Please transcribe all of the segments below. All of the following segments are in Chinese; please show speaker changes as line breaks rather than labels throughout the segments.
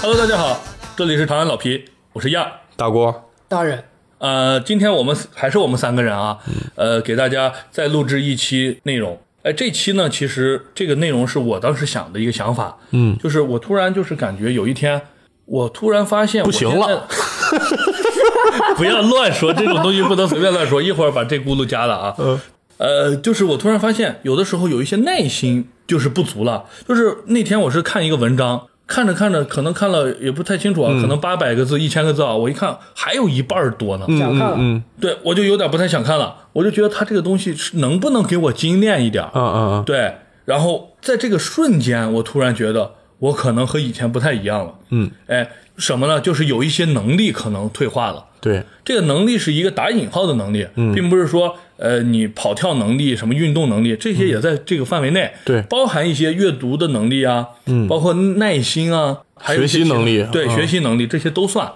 Hello，大家好，这里是长安老皮，我是亚。
大锅，
大人，
呃，今天我们还是我们三个人啊，呃，给大家再录制一期内容。哎，这期呢，其实这个内容是我当时想的一个想法，嗯，就是我突然就是感觉有一天，我突然发现不
不行了，
不要乱说这种东西，不能随便乱说，一会儿把这轱辘加了啊。
嗯，
呃，就是我突然发现，有的时候有一些耐心就是不足了。就是那天我是看一个文章，看着看着，可能看了也不太清楚
嗯
啊，可能八百个字、一千个字啊，我一看还有一半儿多呢。
想看了，
嗯
对，我就有点不太想看了，我就觉得他这个东西是能不能给我精炼一点儿？
嗯嗯嗯，
对，然后在这个瞬间，我突然觉得我可能和以前不太一样了。
嗯，
哎，什么呢？就是有一些能力可能退化了。
对，
这个能力是一个打引号的能力，
嗯
并不是说呃你跑跳能力、什么运动能力这些也在这个范围内，
嗯对
包含一些阅读的能力啊，嗯，包括耐心啊，还有一些
学习能力
对、
嗯
学习能力这些都算。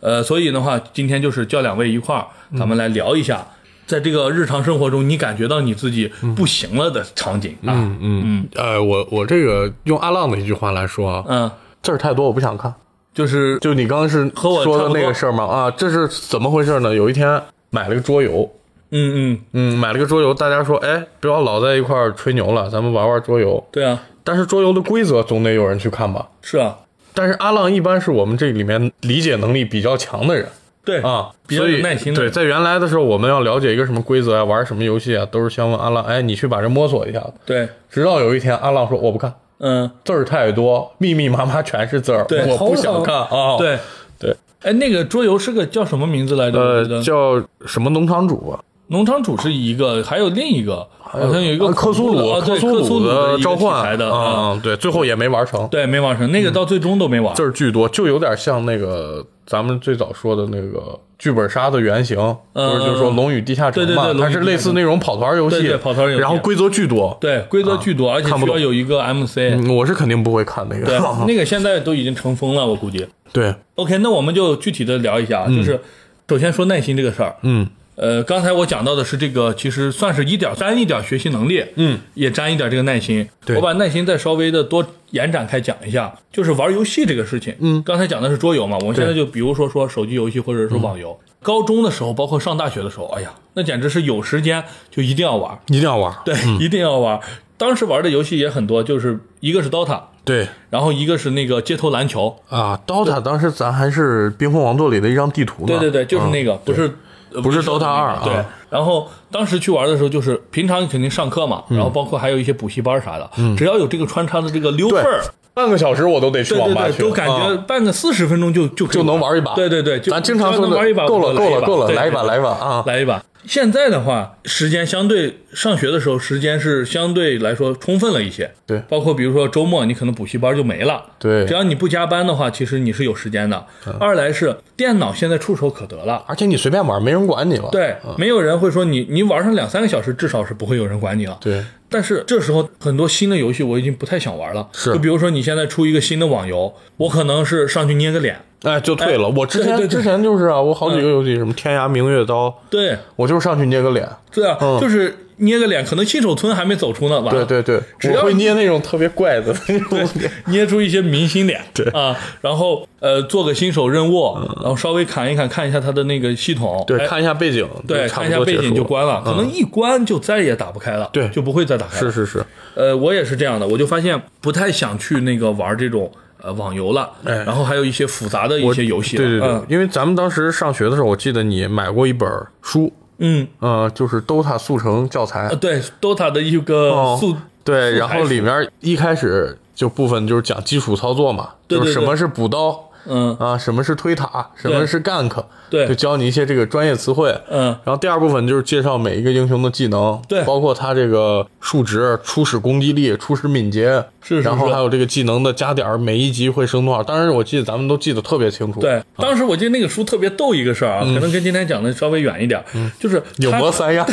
呃，所以的话，今天就是叫两位一块儿，咱们来聊一下，
嗯
在这个日常生活中，你感觉到你自己不行了的场景啊，
嗯嗯，呃，我我这个用阿浪的一句话来说啊，
嗯，
字儿太多，我不想看。
就是
就你刚刚是
和我
说
差
的
不多
那个事儿吗？啊，这是怎么回事呢？有一天买了个桌游，
嗯嗯，
嗯，买了个桌游，大家说，哎，不要老在一块儿吹牛了，咱们玩玩桌游。
对啊，
但是桌游的规则总得有人去看吧？
是啊，
但是阿浪一般是我们这里面理解能力比较强的人
对
啊，
比较
所
有
以
耐心的
对，
人，
在原来的时候，我们要了解一个什么规则啊，玩什么游戏啊，都是先问阿浪，哎，你去把这摸索一下子。
对，
直到有一天，阿浪说我不看，
嗯。
字儿太多，密密麻麻全是字儿，
对
我不想
头疼
看啊。，
对
对。
哎，那个桌游是个叫什么名字来着？我觉
呃，
得
叫什么农场主啊吧？
农场主是一个，还有另一个，好像有一个
啊克苏
恐怖的
鲁，
啊对
苏
克苏鲁的
的
一个
召
题
唤
材的啊，
啊，嗯对，最后也没玩成，
对，没玩成，那个到最终都没玩。
字儿巨多，就有点像那个咱们最早说的那个剧本杀的原型，
嗯
不是就是说《龙与地下
对》
城
对
嘛
对，龙与
它是
地下
类似那种跑团游戏，
对对跑团游戏
然后规则巨多，
对，规则巨多，而且
啊看不
需要
懂
有一个 MC。
嗯，我是肯定不会看那
对，
个，
那个现在都已经成风了，我估计。
对，
OK，那我们就具体的聊一下，啊就是首先说耐心这个事儿。
嗯，
呃，刚才我讲到的是这个，其实算是一点儿沾一点儿学习能力，
嗯，
也沾一点儿这个耐心。
对
我把耐心再稍微的多延展开讲一下，就是玩游戏这个事情。嗯，刚才讲的是桌游嘛，我们现在就比如说说手机游戏或
嗯
者是网游。高中的时候，包括上大学的时候，哎呀，那简直是有时间就一定要玩，
一定要玩，
对， 一定要玩。当时玩的游戏也很多，就是一个是 DOTA，
对
然后一个是那个街头篮球，
啊，DOTA 当时咱还是《冰封王座》里的一张地图呢，
对对对，就是那个，不是呃
嗯不是
手
Dota
柄
二啊
对。然后当时去玩的时候，就是平常肯定上课嘛，
嗯
然后包括还有一些补习班啥的，只要有这个穿插的这个溜
对
缝儿，
半个小时我都得去
对
网
对
吧
对，
去，
都感
啊
觉半个四十分钟就就就
就能玩一把
对对对，就
咱经常
就
说
能
的
玩一把，
够了
我
够了够了
来
来
一
一
把
把
对
来一把啊
来一把。现在的话，时间相对上学的时候，时间是相对来说充分了一些。
对
包括比如说周末，你可能补习班就没了。
对嗯
只要你不加班的话，其实你是有时间的。二来是电脑现在触手可得了，
而且你随便玩，没人管你了。
对，没有人会说你你玩上两三个小时，至少是不会有人管你了。
对，
但是这时候很多新的游戏我已经不太想玩了，
是
就比如说你现在出一个新的网游，我可能是上去捏个脸，
哎，就退了。我之
对对
前
对嗯啊
之前就是啊，我好几个游戏，什么《天涯明月刀》，
对，
我就是上去捏个脸。
对啊，就是捏个脸，可能新手村还没走出呢，完
对
了，
嗯对对，
只要
我会捏那种特别 怪的那种脸。
捏出一些明星脸，对啊，然后呃做个新手任务，然后稍微砍一砍，看一下他的那个系统，
嗯对，
哎
看一下背景，
对，
就
看
差不
一下
多
背
结束嗯
景就关了，可能一关就再也打不开了，
对
就不会再打开了。
是是是，
呃，我也是这样的，我就发现不太想去那个玩这种呃网游了，
哎
然后还有一些复杂的一些游戏了，
对对对
嗯，
因为咱们当时上学的时候，我记得你买过一本书，
嗯，
呃，就是《DOTA 速成教材
呃》。对，DOTA 的一个呃
哦
速，
对，
素
然
材
后里面一开始就部分就是讲基础操作嘛，
对
就是
对
什
对
么是补刀
嗯
啊，什么是推塔，什么是 gank，
对
就教你一些这个专业词汇。
嗯，
然后第二部分就是介绍每一个英雄的技能，
对
包括他这个数值、初始攻击力、初始敏捷，
是是
然后
是
还有这个技能的加点儿，每一级会升多少。当然，我记得咱们都记得特别清楚，，
对，当时我记得那个书特别逗一个事儿啊，可能跟今天讲的稍微远一点，就是
嗯有
他
模 三样，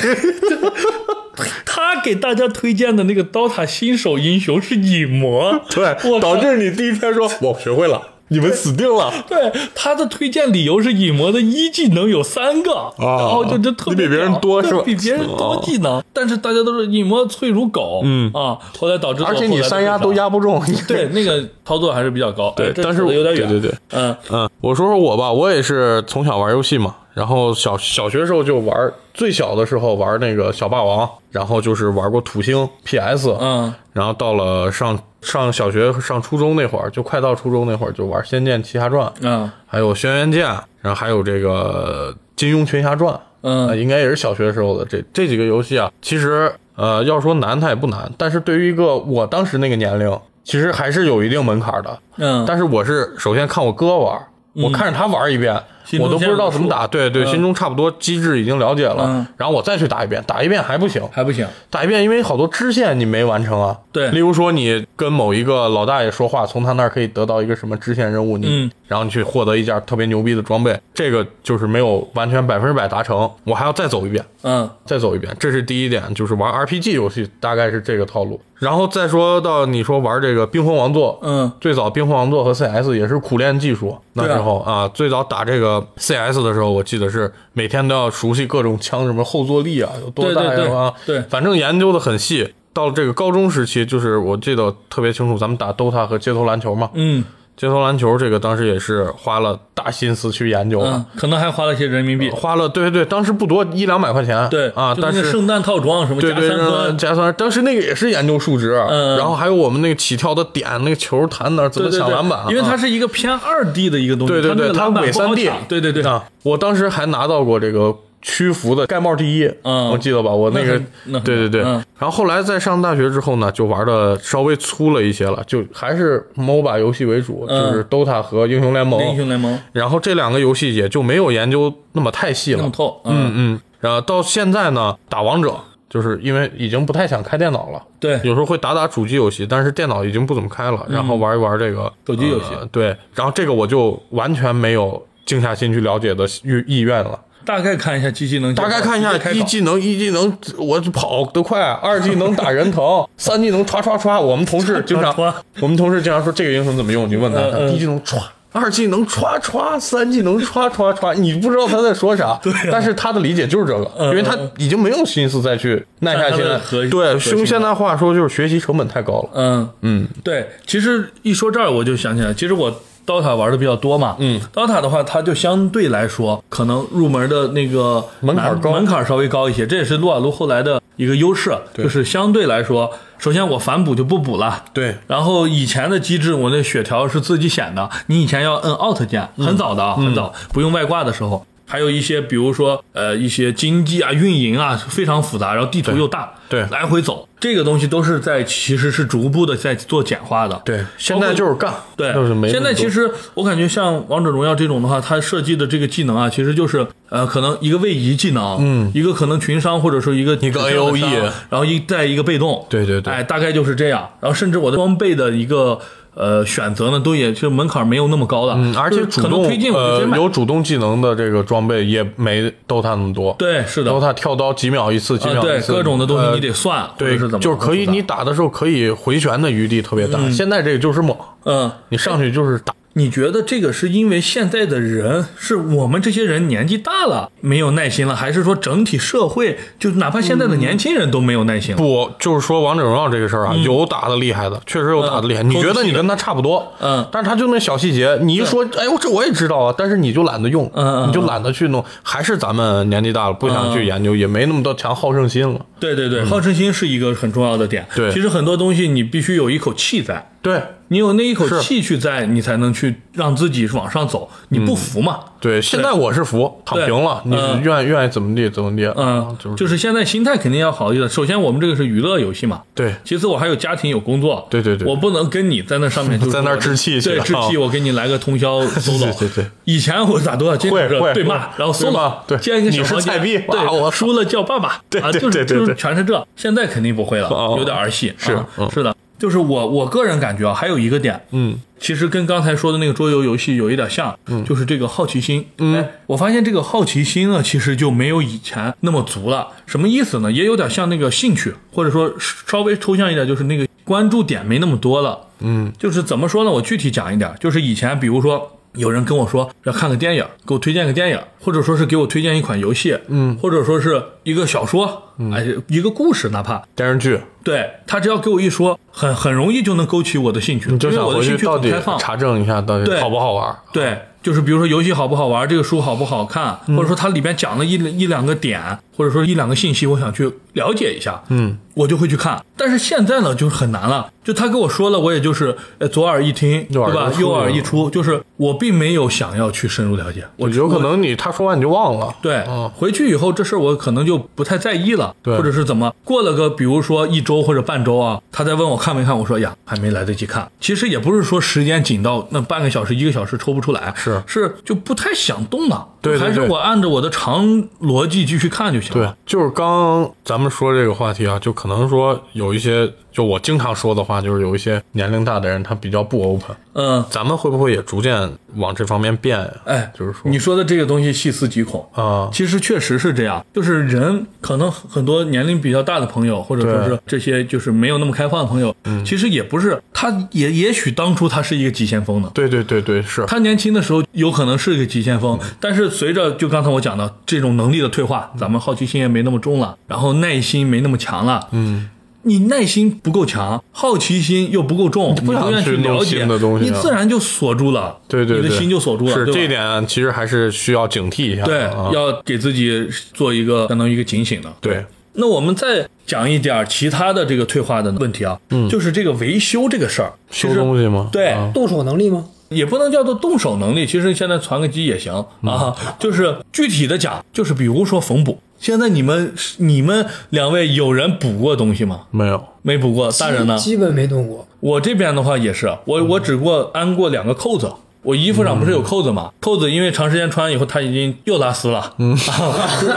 他给大家推荐的那个 DOTA 新手英雄是影魔，
对
我，靠
导致你第一天说我学会了，
你们死定了
对他的推荐理由是影魔的一技能有三个，
啊
然后就就特别
你比别人
屌
多
对
是吧
比别人多技能，
哦
但是大家都是影魔脆如狗，嗯啊，后来导致
而且
我后
你
来
三压
受
都
伤
压不中，你
对， 那个操作还是比较高，哎
对，
这
但是
扯得有点远，
对对对，
嗯，
嗯，我说说我吧，我也是从小玩游戏嘛，然后小小学时候就玩，最小的时候玩那个小霸王，然后就是玩过土星 PS，
嗯，
然后到了上上小学上初中那会儿，就快到初中那会儿就玩《仙剑奇侠传》，
嗯
还有《轩辕剑》，然后还有这个《金庸群侠传》，啊，
嗯
应该也是小学时候的这这几个游戏啊。其实呃，要说难它也不难，但是对于一个我当时那个年龄，其实还是有一定门槛的。
嗯，
但是我是首先看我哥玩儿，我看着他玩儿一遍，
心中
我都不知道怎么打。对对，心中差不多机制已经了解了，
嗯
然后我再去打一遍，打一遍还不行，
还不行，
打一遍因为好多支线你没完成啊。
对
例如说你跟某一个老大爷说话，从他那儿可以得到一个什么支线任务，你、
嗯
然后你去获得一件特别牛逼的装备，这个就是没有完全百分之百达成，我还要再走一遍。
嗯
再走一遍，这是第一点，就是玩 RPG 游戏大概是这个套路。然后再说到你说玩这个《冰封王座》，
嗯
最早《冰封王座》和 CS 也是苦练技术，那
对啊
时候啊最早打这个 CS 的时候，我记得是每天都要熟悉各种枪什么后坐力啊，有多大
对对
呀
对
啊，
对
反正研究的很细。到了这个高中时期，就是我记得特别清楚，咱们打 DOTA 和街头篮球嘛，
嗯
街头篮球这个当时也是花了大心思去研究的。
嗯，可能还花了些人民币，
花了，对对，当时不多，一两百块钱，
嗯对
哦啊，
就
但
那个
是
圣诞套装什么
对
加
对，
三
让
分，
加三分，当时那个也是研究数值，啊
嗯
然后还有我们那个起跳的点，那个球弹哪儿，怎
对
么
对
抢
对
篮板啊，
因为它是一个偏二 D 的一个东西，
对对对，
它那
它
个篮板
伪
不好
三 D，
抢对对对，
啊，我当时还拿到过这个。区服的盖帽第一，
嗯
我记得吧？我那个
那很那，很
对对对。
嗯
然后后来在上大学之后呢，就玩的稍微粗了一些了，就还是 MOBA 游戏为主，
嗯
就是 DOTA 和英雄联盟。
英雄联盟
然后这两个游戏也就没有研究那么太细了
弄，透，嗯，
嗯，然后到现在呢，打王者就是因为已经不太想开电脑了，
对，
有时候会打打主机游戏，但是电脑已经不怎么开了，然后玩一玩这个、
手机游戏
呃对，然后这个我就完全没有静下心去了解的意意愿了。
大概看一下机器能，
大概看一下
直接开
一
搞
技能，一技能我跑得快，二技能打人疼， 三技能歘歘歘。我们同事经 常
歘歘，
我们同事经常说这个英雄怎么用，你问他，
嗯嗯
第一技能歘。二技能歘歘，三技能歘歘歘，你不知道他在 说啥，
啊
但是他的理解就是这个，因为他已经没有心思再去耐下
看嗯
心
他的
来
核心。
对，
核心
用现在话说就是学习成本太高了。
嗯，嗯，对，其实一说这儿我就想起来，其实我 DOTA 玩的比较多嘛，嗯，DOTA 的话，它就相对来说可能入门的那个
门槛
难
高
门槛稍微高一些，这也是撸啊撸后来的一个优势，就是相对来说，首先我反补就不补了。
对，
然后以前的机制，我那血条是自己显的，你以前要摁 Alt 键，很早的啊，
嗯
很早，不用外挂的时候。还有一些，比如说，呃，一些经济啊、运营啊，非常复杂，然后地图又大，
对
来回走，这个东西都是在其实是逐步的在做简化的，
对，现在就是干，
对，
就是没那
现
么多。
在其实我感觉像王者荣耀这种的话，它设计的这个技能啊，其实就是呃，可能一个位移技能，嗯，一个可能群伤或者说一个一
个 AOE
然后一带一个被动，
对对对
哎，大概就是这样。然后甚至我的装备的一个呃选择呢，都也就门槛没有那么高的，
嗯，而且
就是
主
可能
动
推进我就直
呃
接买。
有主动技能的这个装备也没 DOTA 那么多。
对，是的，
然后它跳刀几秒一次，几
啊，
秒一
对，
次，
各种的东西
呃
你得算，或者
对，
是怎么，
就是可以，你打的时候可以回旋的余地特别大。现在这个就是猛，
嗯，
你上去就是打。
你觉得这个是因为现在的人是我们这些人年纪大了没有耐心了，还是说整体社会就哪怕现在的年轻人都没有耐心了？
不，就是说王者荣耀这个事儿啊，
嗯
有打的厉害的，确实有打的厉害。你觉得你跟他差不多，
嗯
但是他就那小细节，你一说，哎，我这我也知道啊，但是你就懒得用，
嗯嗯
你就懒得去弄。还是咱们年纪大了，不想去
嗯
研究，也没那么多强好胜心了。
对对对，好胜心是一个很重要的点。
对
其实很多东西你必须有一口气在，
对，
你有那一口
是
气去在，你才能去让自己往上走。你不服嘛？
对，现在我是服，躺
对
平了，你
嗯
愿愿意怎么地怎么地，
嗯，
啊就是
就是现在心态肯定要好一点。首先，我们这个是娱乐游戏嘛，
对
其次，我还有家庭有工作，
对对对
我不能跟你在那上面就是
在那儿置气去
对
啊
置气，我给你来个通 宵 solo，
对对对
以前我打多少经常
会会
是对骂
会，
然后
对
solo，
骂对
建一个小
你是
房间
菜逼哇
对，
我
输了叫爸爸，
对
啊，
对
就是
对对
就是
对
全是这，现在肯定不会了
哦，
有点儿戏，
是
啊
嗯
是的，就是我我个人感觉啊，还有一个点，
嗯，
其实跟刚才说的那个桌游游戏有一点像，就是这个好奇心。嗯、我发现这个好奇心呢，其实就没有以前那么足了。什么意思呢？也有点像那个兴趣，或者说稍微抽象一点，就是那个关注点没那么多了。嗯，就是怎么说呢？我具体讲一点，就是以前比如说有人跟我说要看个电影，给我推荐个电影，或者说是给我推荐一款游戏，嗯，或者说是一个小说，哎，一个故事，哪怕
电视剧，
对他只要给我一说，很很容易就能勾起我的兴趣，
你就
因为
想
我的
回
兴
去
趣
到
很
底
开放。
查证一下到底
对
好不好玩。
对，就是比如说游戏好不好玩，这个书好不好看，
嗯
或者说它里边讲了一一两个点，或者说一两个信息，我想去了解一下，嗯，我就会去看。但是现在呢，就是很难了，就他跟我说了，我也就是呃左耳一听，
右耳
对吧
一？出
右耳一出，就是我并没有想要去深入了解，我
有可能你他说完你就忘了。
对，
嗯
回去以后这事儿我可能就不太在意了，
对
或者是怎么过了个，比如说一周或者半周啊，他再问我看没看，我说呀还没来得及看。其实也不是说时间紧到那半个小时一个小时抽不出来，
是
是就不太想动了，
对对对
还是我按照我的长逻辑继续看就行
对
了。，
就是刚咱们说这个话题啊，就可能说有一些，就我经常说的话，就是有一些年龄大的人他比较不 open，
嗯，
咱们会不会也逐渐往这方面变呀？
哎，
就是说
你说的这个东西细思极恐。
啊，
其实确实是这样，就是人可能很多年龄比较大的朋友，或者说
对嗯
是这些就是没有那么开放的朋友，其实也不是，他也也许当初他是一个急先锋呢，
对对对对，是
他年轻的时候有可能是一个急先
嗯
锋，但是随着就刚才我讲的这种能力的退化，咱们好奇心也没那么重了，然后耐心没那么强了，嗯。你耐心不够强，好奇心又不够重，你
不想
愿意
去弄
了解
新的东西
你
啊
自然就锁住了，
对对对，
你的心就锁住了，
是
对吧
这一点，其实还是需要警惕一下。
对，
啊、
要给自己做一个相当于一个警醒的。
对，
那我们再讲一点儿其他的这个退化的问题啊，嗯，就是这个维修这个事儿，其
修
实
东西吗？啊
对、
动手能力吗？
也不能叫做动手能力，其实现在传个机也行、
嗯
啊。就是具体的讲，就是比如说缝补，现在你们你们两位有人补过东西吗？
没有。
没补过，大人呢？
基本没动过。
我这边的话也是，
嗯
我我只过安过两个扣子。我衣服上不是有扣子
嗯
吗？扣子因为长时间穿以后，它已经又拉丝了，嗯、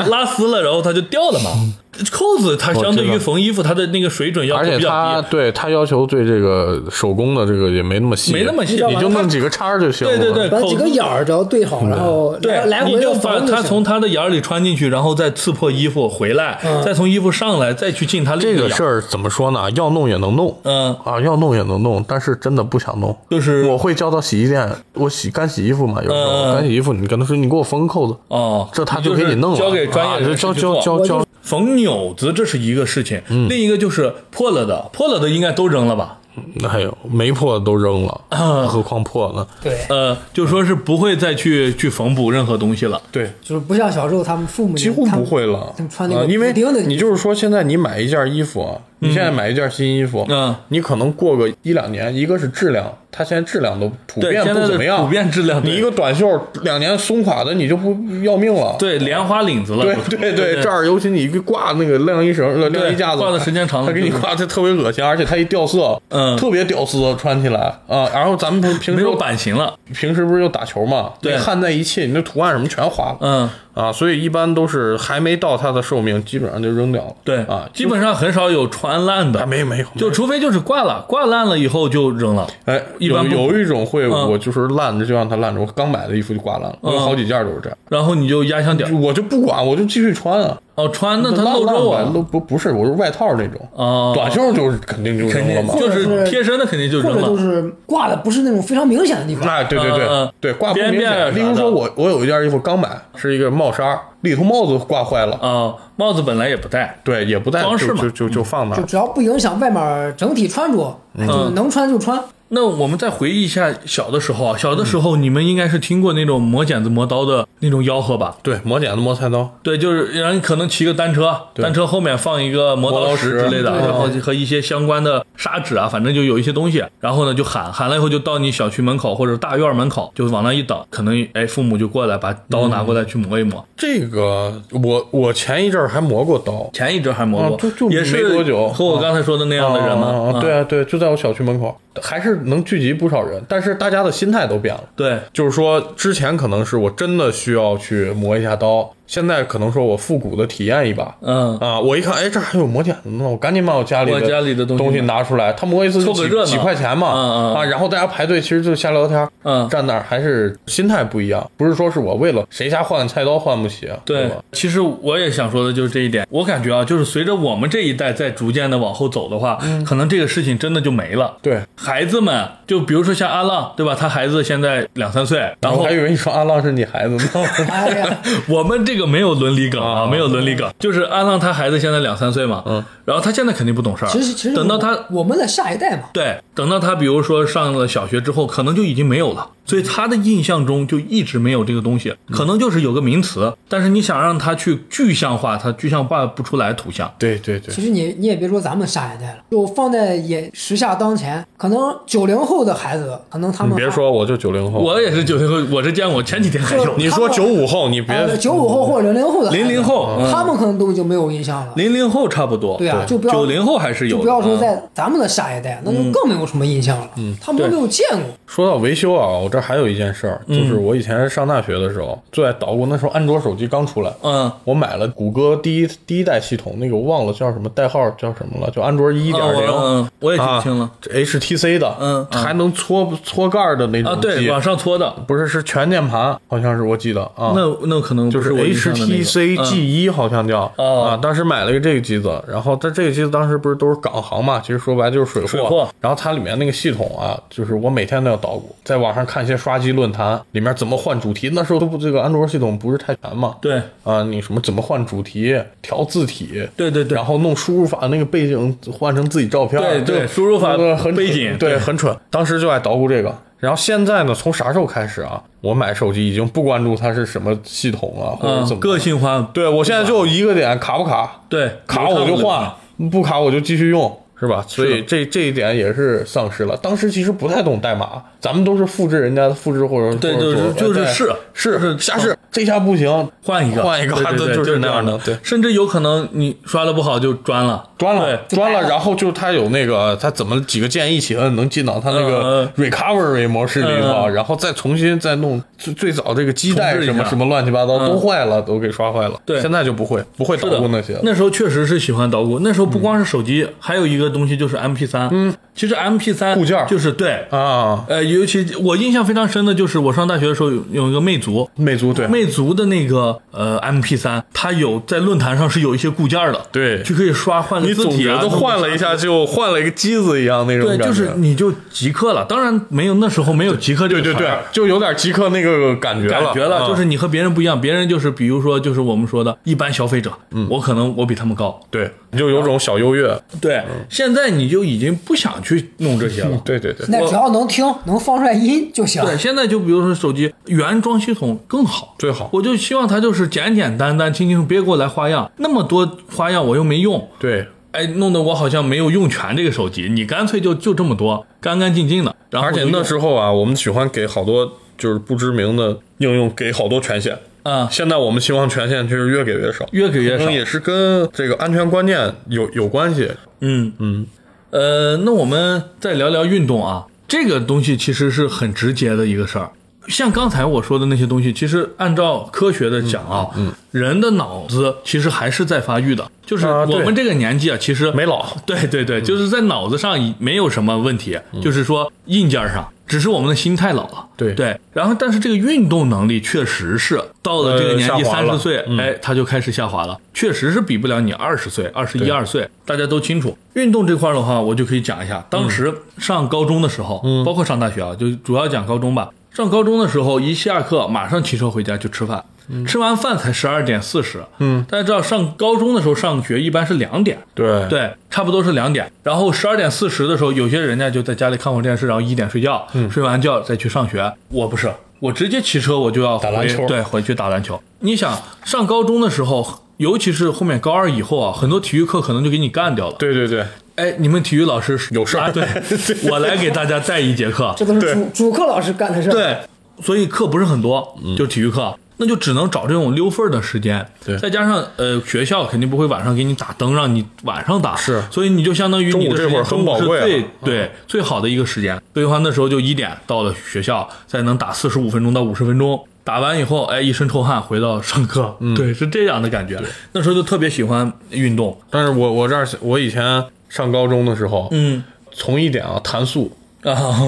拉丝了，然后它就掉了嘛。扣子它相对
我
于
知道
缝衣服，它的那个水准要
嗯而
求
且
比
他
较低，
对他要求对这个手工的这个也没那么细，
没那么细
你知道
你
吗
就弄几个叉儿就行了。
对对对
把几个眼儿只要对好，然后来
嗯对，
来回
你就
的
把
缝
它
行
从。它的眼儿里穿进去，然后再刺破衣服回来，
嗯
再从衣服上来，再去进它另
这
一
个
眼
事儿怎么说呢？要弄也能弄，
嗯，
啊，要弄也能弄，但是真的不想弄。
就是
我会叫到洗衣店，我洗干洗衣服嘛，有时
嗯嗯
候
嗯
干洗衣服，你跟他说你给我缝扣子，
哦，
这他
你就
给
是
你弄了，
交给专
啊
业人士
交
去
交
做
交
我就
交，
缝纽子这是一个事情，
嗯
另一个就是破了的，破了的应该都扔了吧？
那还有没哎破的都扔 了，何况破呢？
对，
呃，就说是不会再去去缝补任何东西了。
对，
就是不像小时候他们父母
几乎不会了
他们穿那个
啊因为
补丁的嗯
你就是说，现在你买一件衣服啊，你现在买一件新衣服，
嗯
你可能过个一两年，一个是质量，它现在质量都普
对，
遍
现
不
在
怎么
的
样，
普遍质量，
你一个短袖两年松垮的，你就不要命了。
对莲花领子了，
对
不是
对
对
对，这儿尤其你一挂那个晾衣绳、呃晾衣架子，
挂的时间长了
它给你
就是
挂，它特别恶心，而且它一掉色，
嗯
特别屌丝，穿起来啊。然后咱们不是平
没
时
有版型了。
平时不是又打球嘛，
对
你焊在一起，你那图案什么全划了，
嗯，
啊，所以一般都是还没到它的寿命，基本上就扔掉了。
对
啊，
基本上很少有穿烂
啊
的，
没有没有，
就除非就是挂了，挂烂了以后就扔了。
哎，
一
有
般不
有一种会，
嗯
我就是烂着就让它烂着，我刚买的衣服就挂烂了，我有好几件都是这样，
然后你就压箱底儿
就我就不管，我就继续穿啊。
哦，穿那它
嗯烂
露肉
烂
啊
呗，都不不是，我是外套那种，
哦
短袖就是肯定就
肯
扔
定
了嘛。
就是
或者是
贴身的肯定就
或
扔
者就
了。
是挂的不是那种非常明显的地方，
哎，对对对、
嗯嗯
对，挂不
边
明
边啊
显。例
啥
如
的
说我我有一件衣服刚买，是一个帽衫，里头帽子挂坏了，
啊，帽子本来也不戴，
对，也不戴，
装饰
就
嘛嗯
就就就放那
就
儿。
只要不影响外面整体穿着，
嗯
就能穿就 穿。
那我们再回忆一下小的时候啊，小的时候你们应该是听过那种磨剪子磨刀的那种吆喝吧？
对，磨剪子、磨菜刀，
对，就是然后你可能骑个单车，单车后面放一个磨
磨
刀
刀
石
石
之类的，
对
然后和一些相关的砂纸啊，反正就有一些东西，然后呢就喊喊了以后就到你小区门口或者大院门口，就往那一等，可能哎父母就过来把刀拿过来去磨一磨。
这个我我前一阵儿还磨过刀，
前一阵还磨过，
啊就就
也是
没多久
和我刚才说的那样的人嘛。
啊
啊
对啊对，就在我小区门口，还是能聚集不少人，但是大家的心态都变了。
对，
就是说，之前可能是我真的需要去磨一下刀，现在可能说我复古的体验一把。
嗯，
啊！我一看，哎，这儿还有魔剪子呢，我赶紧把我家里
我家里的东西
东西拿出来。他磨一次就
凑个热闹
几几块钱嘛，
嗯嗯
啊，然后大家排队，其实就是瞎聊天，
嗯
站那儿还是心态不一样，不是说是我为了谁家换菜刀换不起，啊
对
吧？，
其实我也想说的就是这一点。我感觉啊，就是随着我们这一代在逐渐的往后走的话，可能这个事情真的就没了。
对，
孩子们，就比如说像阿浪，对吧？他孩子现在两三岁，然
我
后
还以为你说阿浪是你孩子呢，
哎呀，
我们这个没有伦理梗啊，没有伦理梗，就是阿浪他孩子现在两三岁嘛，嗯，然后他现在肯定不懂事儿，
其实其实
等到他
我们的下一代嘛，
对，等到他比如说上了小学之后，可能就已经没有了，所以他的印象中就一直没有这个东西，可能就是有个名词，但是你想让他去具象化，他具象化不出来图像。
对对对
其，实你你也别说咱们下一代了，就放在也时下当前，可能九零后的孩子，可能他
你
们
别说，我就九零后，
我也是九零后，我是见过，前几天还有
就
你说
他
九
们
五后，你别
啊
呃九五后或者零零后的孩子
零零，后，嗯
他们可能都已经没有印象了。
零零后差不多，
对啊，就不要
九零后还是有
就
的，
不要说
嗯
在咱们的下一代，那就更没有什么印象了。他们都没有见过。
说到维修啊，我这还有一件事儿，
嗯
就是我以前上大学的时候，最爱捣鼓。那时候安卓手机刚出来，
嗯
我买了谷歌第一第一代系统，那个我忘了叫什么代号叫什么了，就安卓一点
啊我
零，啊
嗯我也听清了
这，HTC 的，
嗯嗯
还能搓搓盖儿的那
啊，
种
对，
机，
往上搓的，
不是是全键盘，好像是我记得啊，
那那可能
就
不
是
我印象的那个
HTC
嗯
G 一好像叫、
哦
啊，当时买了一个这个机子，然后但这个机子当时不是都是港行嘛，其实说白了就是水货。
水货
然后它里面那个系统啊，就是我每天都要捣鼓，在网上看一些刷机论坛，里面怎么换主题，那时候都不这个安卓系统不是太全嘛，
嗯对
啊，你什么怎么换主题，调字体，
对对对
然后弄输入法那个背景换成自己照片，
对对
就
输入法
那个很
背
蠢
景
对
对
很蠢，当时就爱捣鼓这个。然后现在呢，从啥时候开始啊？我买手机已经不关注它是什么系统了，或者怎
嗯，
么
个。性化，
对我现在就一个点，卡不卡？
对，
卡我就换，不卡我就继续用，啊是吧？所以这这一点也是丧失了。当时其实不太懂代码，咱们都是复制人家的复制或者
对
或者
就是就
说
是
哎
试
是
就是
瞎试，这下不行，
换一个，
换一个
对 对对
就是那样的对
甚至有可能你刷的不好就砖了，
装了
对
装
就
了，
白了
然后就它有那个它怎么几个键一起摁能进到它那个
嗯
recovery 模式里头，啊
嗯嗯
然后再重新再弄最最早这个基带
重置
什
一下
么什么乱七八糟
嗯
都坏了，都给刷坏了。
对
现在就不会不会捣
是的
鼓那些了。嗯
那时候确实是喜欢捣鼓，那时候不光是手机，还有一个东西就是 MP 3嗯，其实 MP 3
固件儿
就是对，
啊，
呃，尤其我印象非常深的就是我上大学的时候有有一个魅族。
魅族 对
魅族的那个呃 MP 3它有在论坛上是有一些固件儿的，
对
就可以刷换个
你
字
总
体
觉
啊，
得
弄个
换了
啥
一下就换了一个机子一样那种
对，
感觉。
就是你就极客了。当然没有那时候没有极客这
对
个
对
词
对
儿，啊
就有点极客那个哎感觉了，
感觉了，
嗯
就是你和别人不一样，别人就是比如说就是我们说的一般消费者，
嗯
我可能我比他们高，
对，你就有种小优越。
对，现在你就已经不想去弄这些了。
对对对。
那只要能听，能放出来音就行。
对，现在就比如说手机原装系统更好，
啊最好
我就希望它就是简简单单、轻轻松，别给我来花样，那么多花样我又没用，
对，
哎，弄得我好像没有用全这个手机。你干脆就就这么多，干干净净的。然后
而且
就
那
用
时候啊，我们喜欢给好多就是不知名的应用给好多权限。
啊，
现在我们希望权限就是越给越少，
越给越少
可能。也是跟这个安全观念有有关系。
嗯嗯，呃，那我们再聊聊运动啊，这个东西其实是很直接的一个事儿。像刚才我说的那些东西，其实按照科学的讲啊，
嗯
人的脑子其实还是在发育的，就是
啊对
我们这个年纪啊，其实
没老， 嗯
对对对，就是在脑子上已没有什么问题，就是说硬件上，只是我们的心态老了。
对
对，然后但是这个运动能力确实是到了这个
呃
年纪
下滑
三
了
十岁，哎，它就开始下滑了，确实是比不了你二十岁、二十一二岁，大家都清楚。运动这块儿的话，我就可以讲一下，
嗯
当时上高中的时候，包括上大学啊，就主要讲高中吧。上高中的时候，一下课马上骑车回家就吃饭，
嗯
吃完饭才十二点四十。嗯，大家知道上高中的时候上学一般是两点，
对
对，差不多是两点。然后十二点四十的时候，有些人家就在家里看会儿电视，然后一点睡觉，
嗯
睡完觉再去上学。我不是，我直接骑车我就要
打篮
回
球
对，回去打篮球。你想上高中的时候，尤其是后面高二以后啊，很多体育课可能就给你干掉了。
对对对，
哎，你们体育老师
有事儿
啊？ 对，我来给大家带一节课。
这都
对
是主主课老师干的事儿。
对，所以课不是很多，
嗯
就体育课，那就只能找这种溜缝儿的时间。
对
再加上呃，学校肯定不会晚上给你打灯，让你晚上打，
是
所以你就相当于
中午
你的
这会儿
时间
很宝
中午
贵
是
啊
最
嗯
对最好的一个时间。所以的话，那时候就一点到了学校，再能打四十五分钟到五十分钟。打完以后，哎，一身臭汗回到上课，
嗯
对，是这样的感觉。那时候就特别喜欢运动，
但是我我这儿我以前上高中的时候，
嗯
从一点啊弹速
啊
啊，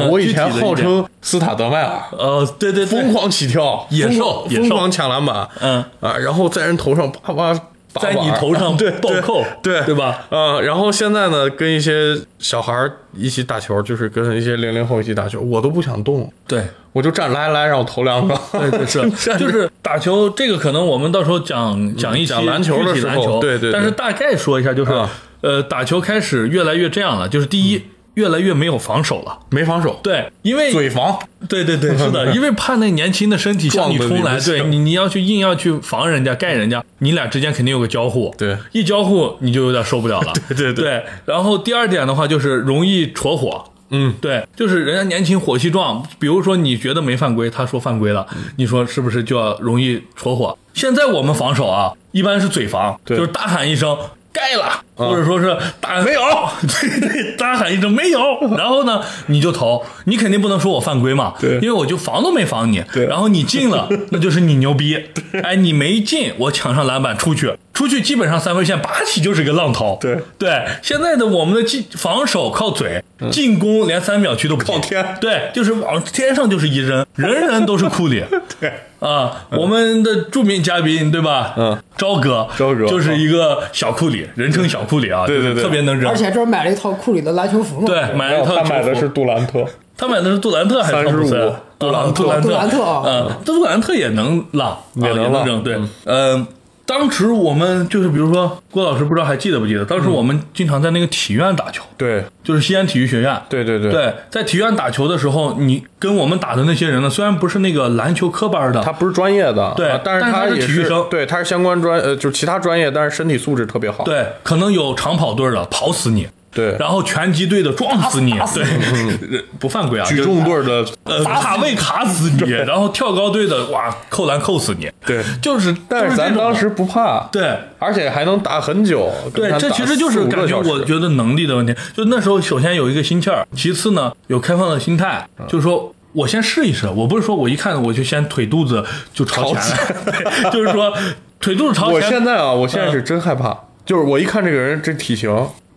嗯
我
具
以
体的
前
一点
号称斯塔德迈尔，
呃，对对对
疯，狂起跳，
野
疯
兽
狂
野兽
疯狂抢篮板，
嗯
啊，然后在人头上啪啪拔
在你
板儿
头上
对
暴扣
对
对吧？
嗯，然后现在呢，跟一些小孩儿一起打球，就是跟一些零零后一起打球，我都不想动，
对。
我就站来来让我投两个，
对 对哎是，
站着
就是打球这个，可能我们到时候讲讲一期
嗯讲篮球的
具体
时候
篮球，
对对对
但是大概说一下，就是
啊嗯
呃，打球开始越来越这样了，就是第一，越来越没有防守了。
没防守，
对，因为
嘴防，
对对 对，是的，因为怕那年轻的身体向你冲来，对你你要去硬要去防人家盖人家，你俩之间肯定有个交互，
对
一交互你就有点受不了了，对
对对
然后第二点的话就是容易戳火。
嗯，
对，就是人家年轻火气壮，比如说你觉得没犯规，他说犯规了，你说是不是就要容易戳火？现在我们防守啊，一般是嘴防，
对嗯
就是大喊一声盖了，或者说是大
没有
对对，大喊一声没有，然后呢你就投，你肯定不能说我犯规嘛，
对
因为我就防都没防你，
对
然后你进 了，那就是你牛逼，哎，你没进，我抢上篮板出去，出去基本上三分线拔起就是一个浪投，
对
对，现在的我们的进防守靠嘴，进攻连三秒区都不进
嗯靠天
对，就是往天上就是一扔，人人都是库里。
对，
啊，我们的著名嘉宾对吧？
嗯，
朝哥，
朝哥
就是一个小库里，人称小库里啊，
对对
就是
对
特别能扔
而。且这儿买了一套库里的篮球服嘛，
对，买了一套
他买的
球
是
服，
杜兰特，
他买的是杜兰特还是
35
汤普森？
杜兰
啊
特
杜兰特，
杜兰特啊
嗯，杜兰特也能浪，
也
啊
能
能
浪
扔，对，嗯。当时我们就是，比如说郭老师，不知道还记得不记得？当
嗯
时我们经常在那个体院打球，
对
就是西安体育学院。
对对对，
对，在体院打球的时候，你跟我们打的那些人呢，虽然不是那个篮球科班的，
他不是专业的，
对
啊但是
但是他是
也
体育生
对，他是相关专呃，就是其他专业，但是身体素质特别好，
对，可能有长跑队的跑死你，
对，
然后拳击队的撞死 你，对，不犯规啊，
举
就
重队儿的
呃卡位卡死 你，然后跳高队的哇扣篮扣死你，
对
就是，
但
就是
咱
这种
当时不怕，
对。
而且还能打很久。跟
对
他，
这
打
其实就是
四五
感
个
觉，
小时
我觉得能力的问题。就那时候，首先有一个心气儿，其次呢有开放的心态，
嗯
就是说我先试一试。我不是说我一看我就先腿肚子就朝前了，对 就是说腿肚子朝
我
前。
现在啊，我
嗯
现在是真害怕，就是我一看这个人这体型。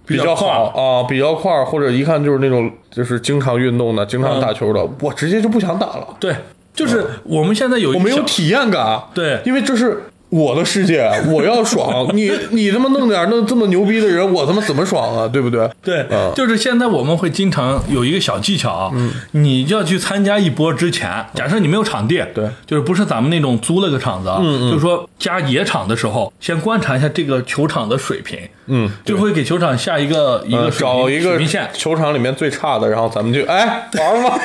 比
较
较好啊，比较块儿，或者一看就是那种就是经常运动的、经常打球的，我直接就不想打了，嗯
对，嗯就是我们现在有一
我没有
小
体验感。啊
对
因为这是我的世界，我要爽。你你他妈弄点儿弄这么牛逼的人，我他妈怎么爽啊？对不对？
对
嗯，
就是现在我们会经常有一个小技巧啊，你要去参加一波之前，假设你没有场地，
对嗯
就是不是咱们那种租了个场子啊，就是说加野场的时候，先观察一下这个球场的水平，
嗯，
就会给球场下一个一
呃
个水平
找一
水
个
平线，
球场里面最差的，然后咱们就哎玩吧。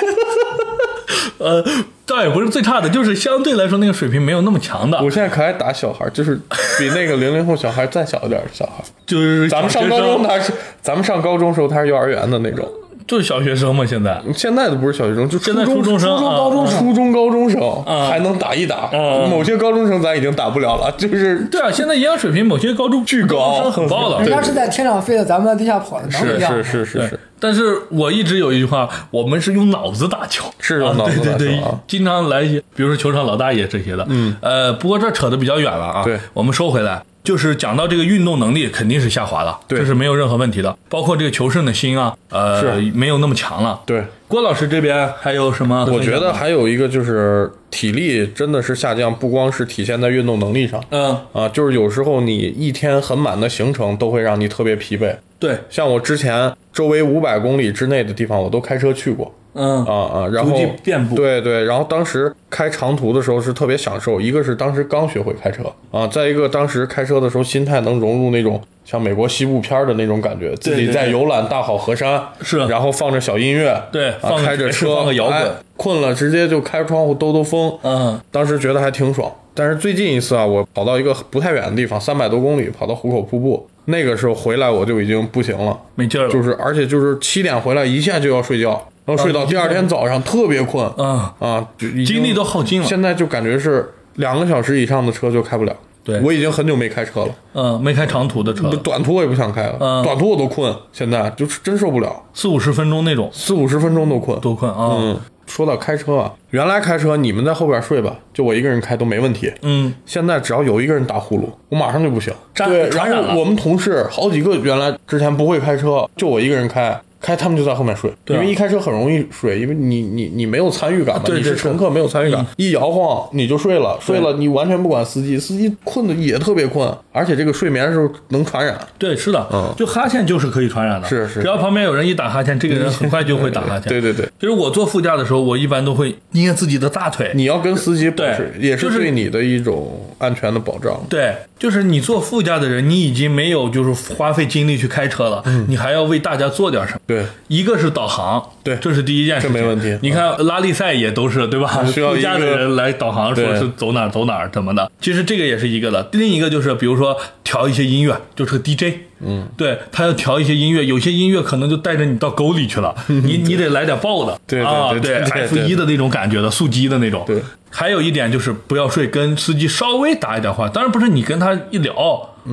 呃，倒也不是最差的，就是相对来说那个水平没有那么强的
我，现在可爱打小孩儿，就是比那个零零后小孩儿再小一点儿的小孩儿。
就是
咱们
小
上
学
高中
生，
他是，咱们上高中时候他是幼儿园的那种，
就是小学生嘛，现在。
现在都不是小学生，就初
现在初中
中
生
初中
啊
高中、
啊
初中高中生
啊
还能打一打，
啊
某些高中生咱已经打不了了，就是
对啊，现在营养水平某些高中
巨高
高中生很高了，
人家是在天上飞的，咱们在地下跑的，能一样吗？
是
对，但是我一直有一句话，我们是用脑子打球，
是用脑子打球啊
啊对对对，经常来一些，比如说球场老大爷这些的，嗯，呃，不过这扯得比较远了啊，
对
我们收回来。就是讲到这个运动能力肯定是下滑了，
对
这是没有任何问题的。包括这个求胜的心啊，呃
是，
没有那么强了。
对。
郭老师这边还有什么分享
我
吗？
觉得还有一个就是体力真的是下降，不光是体现在运动能力上
嗯，
啊，就是有时候你一天很满的行程都会让你特别疲惫。
对，
像我之前周围五百公里之内的地方我都开车去过，
嗯，
啊啊，然后
足迹遍布
对对，然后当时开长途的时候是特别享受，一个是当时刚学会开车啊，再一个当时开车的时候心态能融入那种像美国西部片儿的那种感觉，自己
对
在
对
游览大好河山，
是
然后放着小音乐，
对
啊
放个
开着
爵士
车
放个摇滚
哎困了直接就开窗户兜兜风，
嗯，
当时觉得还挺爽。但是最近一次啊，我跑到一个不太远的地方，三百多公里，跑到壶口瀑布，那个时候回来我就已经不行了。
没劲儿了。
就是而且就是七点回来一下就要睡觉，然后睡到第二天早上特别困，
嗯，
啊，就已经
精力都耗尽了
现在就感觉是两个小时以上的车就开不了。
对
我已经很久没开车了，
嗯，没开长途的车
不，短途我也不想开了，
嗯
短途我都困，现在就是真受不了，
四五十分钟那种，
四五十分钟都困。
多困啊！
说到开车啊，原来开车你们在后边睡吧，就我一个人开都没问题。
嗯，
现在只要有一个人打呼噜，我马上就不行。
沾
对，
传染
然
了
后我们同事好几个原来之前不会开车，就我一个人开。开他们就在后面睡，
对啊
因为一开车很容易睡，因为你你你没有参与感嘛，
对
你
对嗯
是
对
乘客没有参与感，一摇晃你就睡了，睡了你完全不管司机，司机困的也特别困，而且这个睡眠是能传染，
对，是的，
嗯
就哈欠就是可以传染的，
是是
只要旁边有人一打哈欠，这个人很快就会打哈欠。
对对对，
就是我坐副驾的时候，我一般都会捏自己的大腿，
你要跟司机保持，
对
也是
就是
对你的一种安全的保障。
对，就是你坐副驾的人，你已经没有就是花费精力去开车了，
嗯
你还要为大家做点什么。
对，
一个是导航，
对
这是第一件事情，
这没问题嗯
你看拉力赛也都是对吧？
需 要
副驾
一
的
个
人来导航，说
对
是走哪儿走哪儿怎么的。其实这个也是一个的。另一个就是比如说调一些音乐，就是个 DJ，嗯，对他要调一些音乐，有些音乐可能就带着你到沟里去 了，你你得来点爆的，
对对
啊，
对对对
F 一的那种感觉的，速激的那种，
对。
还有一点就是不要睡，跟司机稍微打一点话，当然不是你跟他一聊，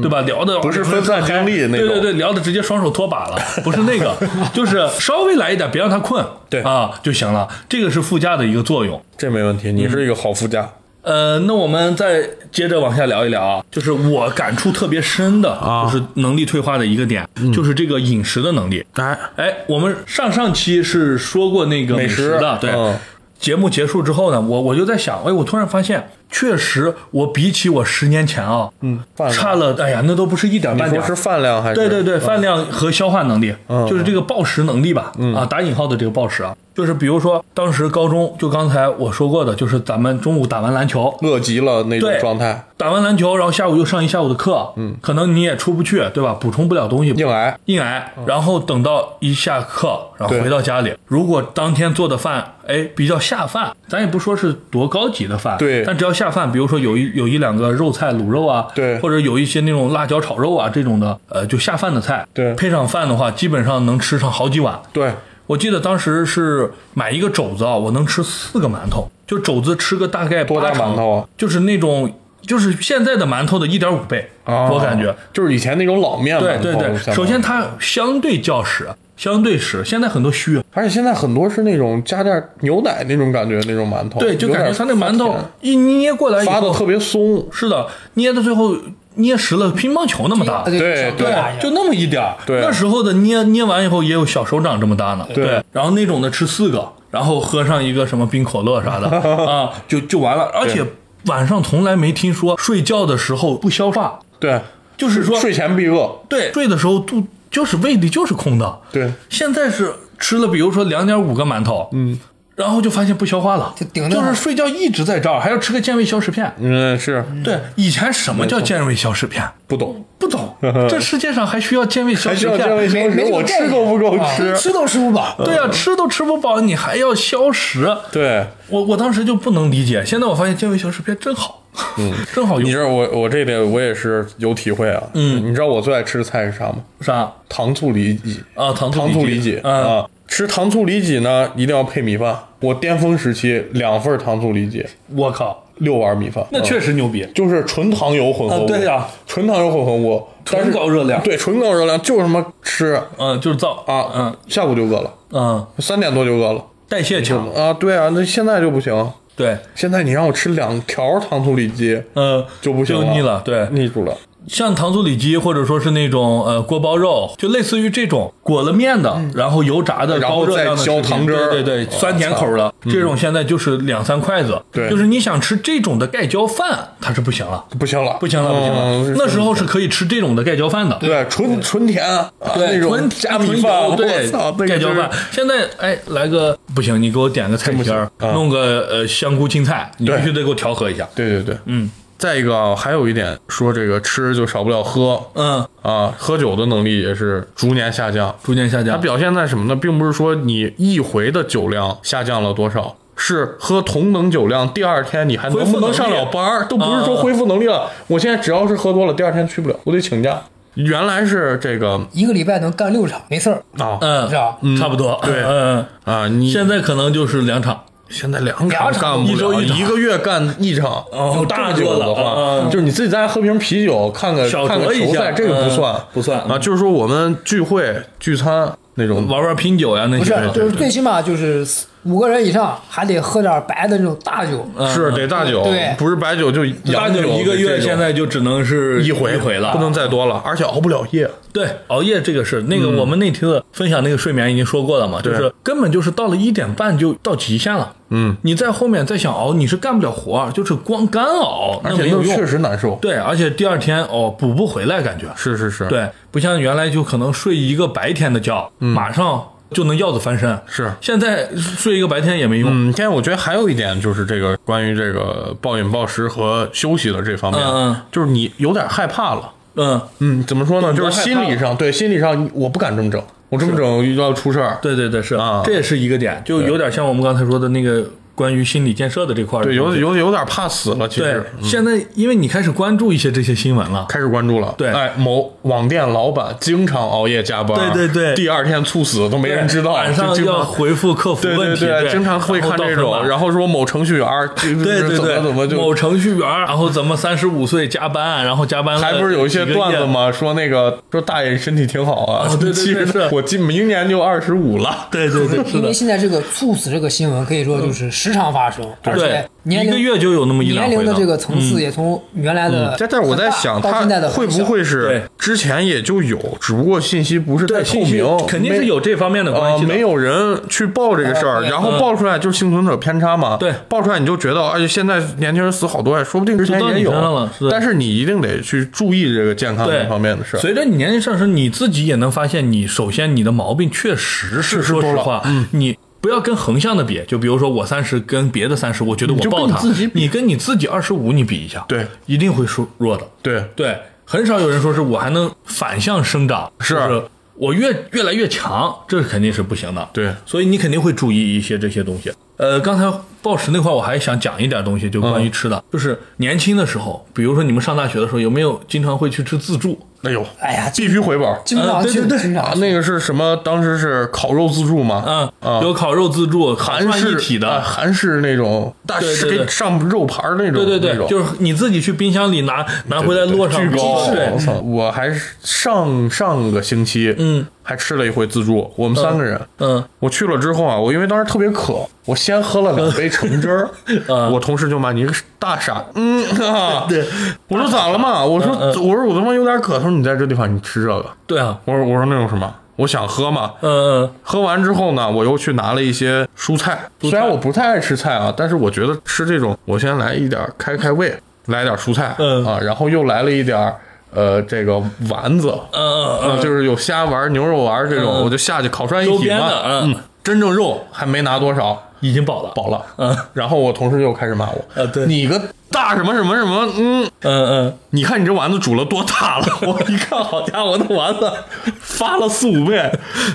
对吧？聊的
嗯不是分散精力那种
对对对，聊的直接双手托把 了，不是那个，就是稍微来一点，别让他困，
对
啊就行了。这个是副驾的一个作用。
这没问题，你
嗯
是一个好副驾。
呃，那我们再接着往下聊一聊啊，就是我感触特别深的，
啊嗯
就是能力退化的一个点，就是这个饮食的能力。
哎，
哎，我们上上期是说过那个
美
食
食
的，对。
嗯
节目结束之后呢，我我就在想，哎，我突然发现，确实我比起我十年前啊，嗯，
饭量
差了，哎呀，那都不是一点
你
半
说
点儿。
是饭量还是？嗯
对对对，饭量和消化能力，就是这个暴食能力吧，
嗯
啊，打引号的这个暴食啊，就是比如说当时高中，就刚才我说过的，就是咱们中午打完篮球，
饿极了那种
对
状态，
打完篮球，然后下午又上一下午的课，嗯，可能你也出不去，对吧？补充不了东西，
硬来。
硬挨，然后等到一下课，然后
嗯对
回到家里，如果当天做的饭，哎，比较下饭，咱也不说是多高级的饭，
对
但只要下饭，比如说有一有一两个肉菜卤肉啊，
对
或者有一些那种辣椒炒肉啊这种的，呃，就下饭的菜，
对
配上饭的话，基本上能吃上好几碗。
对，
我记得当时是买一个肘子啊，我能吃四个馒头，就肘子吃个大概
多大
八成
馒头啊？
就是那种就是现在的馒头的一点五倍，
啊
我感觉，
就是以前那种老面
对
馒头。
对对，
像
首先它相对较实，相对实，现在很多虚，
而且现在很多是那种加点牛奶那种感觉那种馒头，
对，就感觉它那馒头
有点
一捏过来以
发的
后，
特别松。
是的，捏到最后捏实了乒乓球那么大。
对
啊对
对
对
对，就那么一点儿。
对
那时候的捏捏完以后也有小手掌这么大呢。
对
然后那种的吃四个，然后喝上一个什么冰可乐 啥的啊，就就完了。而且晚上从来没听说睡觉的时候不消化，
对，
就是说
睡前必饿。
对睡的时候肚就是胃里就是空的。
对，
现在是吃了，比如说两点五个馒头，嗯，然后就发现不消化了，
就顶着
就是睡觉一直在这儿，还要吃个健胃消食片。
嗯，是
对，以前什么叫健胃消食片？
不懂，
不 懂，这世界上还需要健胃消
还需
食
要健胃
片？
消
没
食，嗯
没
我
这个
吃都不够吃。
吃都吃不饱。
对啊，吃都吃不饱，你还要消食。
对，
我我当时就不能理解，现在我发现健胃消食片真好，嗯， 真好
你
用。
知道我我这点我也是有体会啊。嗯，你知道我最爱吃的菜是啥吗？
啥
糖醋里脊
啊？糖
糖醋里脊
脊啊，
啊。吃糖醋里脊呢，一定要配米饭。我巅峰时期两份糖醋里脊，
我靠，
六碗米饭，
那
嗯
确实牛逼。
就是纯糖油混合物。
啊对呀
纯糖油混合物，但是
纯高热量
对，纯高热量，就是他妈吃
嗯，就是造
啊，
嗯，
下午就饿了，
嗯，
三点多就饿了
代谢强，
啊。对啊，那现在就不行，
对，
现在你让我吃两条糖醋里脊
嗯，
就不行
就
了，
腻了，对，
腻住了。
像糖醋里脊或者说是那种呃锅包肉，就类似于这种裹了面的，然后油炸的
嗯然
高
后
热量的
再浇
食品
糖汁儿
对对对，
我
酸甜口的这种现在就是两三筷子，
嗯对
就是你想吃这种的盖浇饭，它是不行了，
不行了，
不行了，不行了
嗯，
那时候是可以吃这种的盖浇饭的。
对纯纯甜，啊那
纯
种加米饭，我
纯油
操，
对，
那个
盖浇
真是
饭。现在哎，来个不行，你给我点个菜心儿，
啊
弄个呃香菇青菜，你
对
必须得给我调和一下。
对对对，
嗯。
再一个啊，还有一点说这个吃就少不了喝
嗯，
啊，喝酒的能力也是逐年下降。
逐渐下
它
降。
表现在什么呢？并不是说你一回的酒量下降了多少，是喝同等酒量，第二天你还能
恢复
不
能
能
力
上了班儿，都不是说
啊
恢复能力了。我现在只要是喝多了，第二天去不了，我得请假。原来是这个
一个礼拜能干六场，没事儿，
啊
嗯
是吧，
差不多。
对
嗯，嗯
啊，你
现在可能就是两场，
现在两
两
场
场
干
一
不
周
了，
一场
一个月干一场。
哦
就大
这么
酒
多了
的
嗯
话
嗯，
就是你自己在家喝瓶啤酒，看个
小
看
酌
个
一
球
下
赛，这个不算
嗯不算
啊。就是说我们聚会聚餐那种
玩玩拼酒呀那
不
些
是，
的。
就是最起码就是五个人以上还得喝点白的那种大酒，
是得大酒，
对
不是白酒就
嗯大
洋
酒一个
这
月
种
现在就只能是
一回
一回了，
不能再嗯多了，而且熬不了夜。
对，熬夜这个是那个我们那天的分享那个睡眠已经说过了嘛，就是根本就是到了一点半就到极限了。嗯，你在后面再想熬，你是干不了活儿，就是光干熬，
而
那
且
没有
那
用。
确实难受。
对，而且第二天哦补不回来，感觉
是是是，，
对，不像原来就可能睡一个白天的觉，马上就能要子翻身。
是
现在睡一个白天也没用。
嗯，现在我觉得还有一点就是这个关于这个暴饮暴食和休息的这方面，
嗯嗯
就是你有点害怕了。
嗯，
嗯，怎么说呢？
懂
就
得
是心理上，对心理上，我不敢这么整，我这么整要出事儿。
对对对，是
啊
这也是一个点，就有点像我们刚才说的那个关于心理建设的这块儿。
对，有有有点嗯怕死了，其
对
实，
现在因为你开始关注一些这些新闻了。
开始关注了。
对
哎，某网店老板经常熬夜加班，
对对对
第二天猝死都没人知道，
晚上
就经常
要回复客服
对
问
对
题，
对，经常会看这种，
后
然后说某程序员儿就
到很晚。对对
怎
对，
么怎么就
某程序员，然后怎么三十五岁加班，然后加班了
还不是有一些段子
几个月？
吗？说那个说大爷身体挺好啊，
哦对对对
其实
是
我今明年就二十五了。
对对对， 是
因为
的，
现在这个猝死这个新闻可以说就是时常发生，而且
对，
年
一个
龄
月就有那么一两
年
回
龄的
呢
这个层次也从原来的很大、
但但是我在想，
到
他
现在的很
会不
小
会是
对
之前也就有，只不过信息不是太
对
透
信息
明，
肯定是
没
有这方面的关
呃，
系的。
没有人去报这个事
呃
儿，
对
然后
嗯
报出来就是幸存者偏差嘛。
对
报出来你就觉得，而且现在年轻人死好多呀，说不定之前
就到
也
你
有
身上了是。的
但是你一定得去注意这个健康
对
啊这方面的事儿。
随着你年龄上升，你自己也能发现，你首先你的毛病确实是，说实话，
嗯
你。不要跟横向的比，就比如说我三十跟别的三十，我觉得我
就跟
爆他，
你自己比
你跟你自己二十五你比一下，
对，
一定会输弱的。
对，
对，很少有人说是我还能反向生长，
是
就是我越越来越强，这肯定是不行的。
对
所以你肯定会注意一些这些东西。呃，刚才暴食那块儿我还想讲一点东西，就
嗯
关于吃的，就是年轻的时候，比如说你们上大学的时候，有没有经常会去吃自助？
哎呦，
哎呀，
必须回本儿。
经
呃
常
对
去，
对对
经
啊
常，去
那个是什么？当时是烤肉自助吗？
嗯，
啊
有烤肉自助，烤
韩
串
式
一体
啊
的。
韩式那种大
对
是
对
给
对
上肉盘儿那种，
对对
那
对，
种
就是你自己去冰箱里拿拿回来
对对
落上
巨高，哦
对
我，操！我还是上上个星期，
嗯，
还吃了一回自助，我们三个人，
嗯，
我去了之后啊，我因为当时特别渴，我先喝了两杯橙汁儿，
嗯
我同事就骂你一个大傻，嗯，啊、对，我说咋了嘛？我说、
嗯
我说我他妈有点渴，他说你在这地方你吃这个，
对啊，
我说我说那有什么？我想喝嘛，
嗯嗯，
喝完之后呢，我又去拿了一些蔬菜。虽然我不太爱吃菜啊，但是我觉得吃这种，我先来一点儿开开胃，来点儿蔬菜，
嗯
啊，然后又来了一点儿呃这个丸子，
嗯嗯
啊，就是有虾丸、牛肉丸这种，
嗯
我就下去烤串一
周
体
边
嘛
的，嗯
嗯，真正肉还没拿多少，
已经饱了，
饱了，
嗯，
然后我同事又开始骂我，
啊对
你个大什么什么什么，嗯，
嗯嗯，
你看你这丸子煮了多大了？我一看，好家伙，那丸子发了四五倍，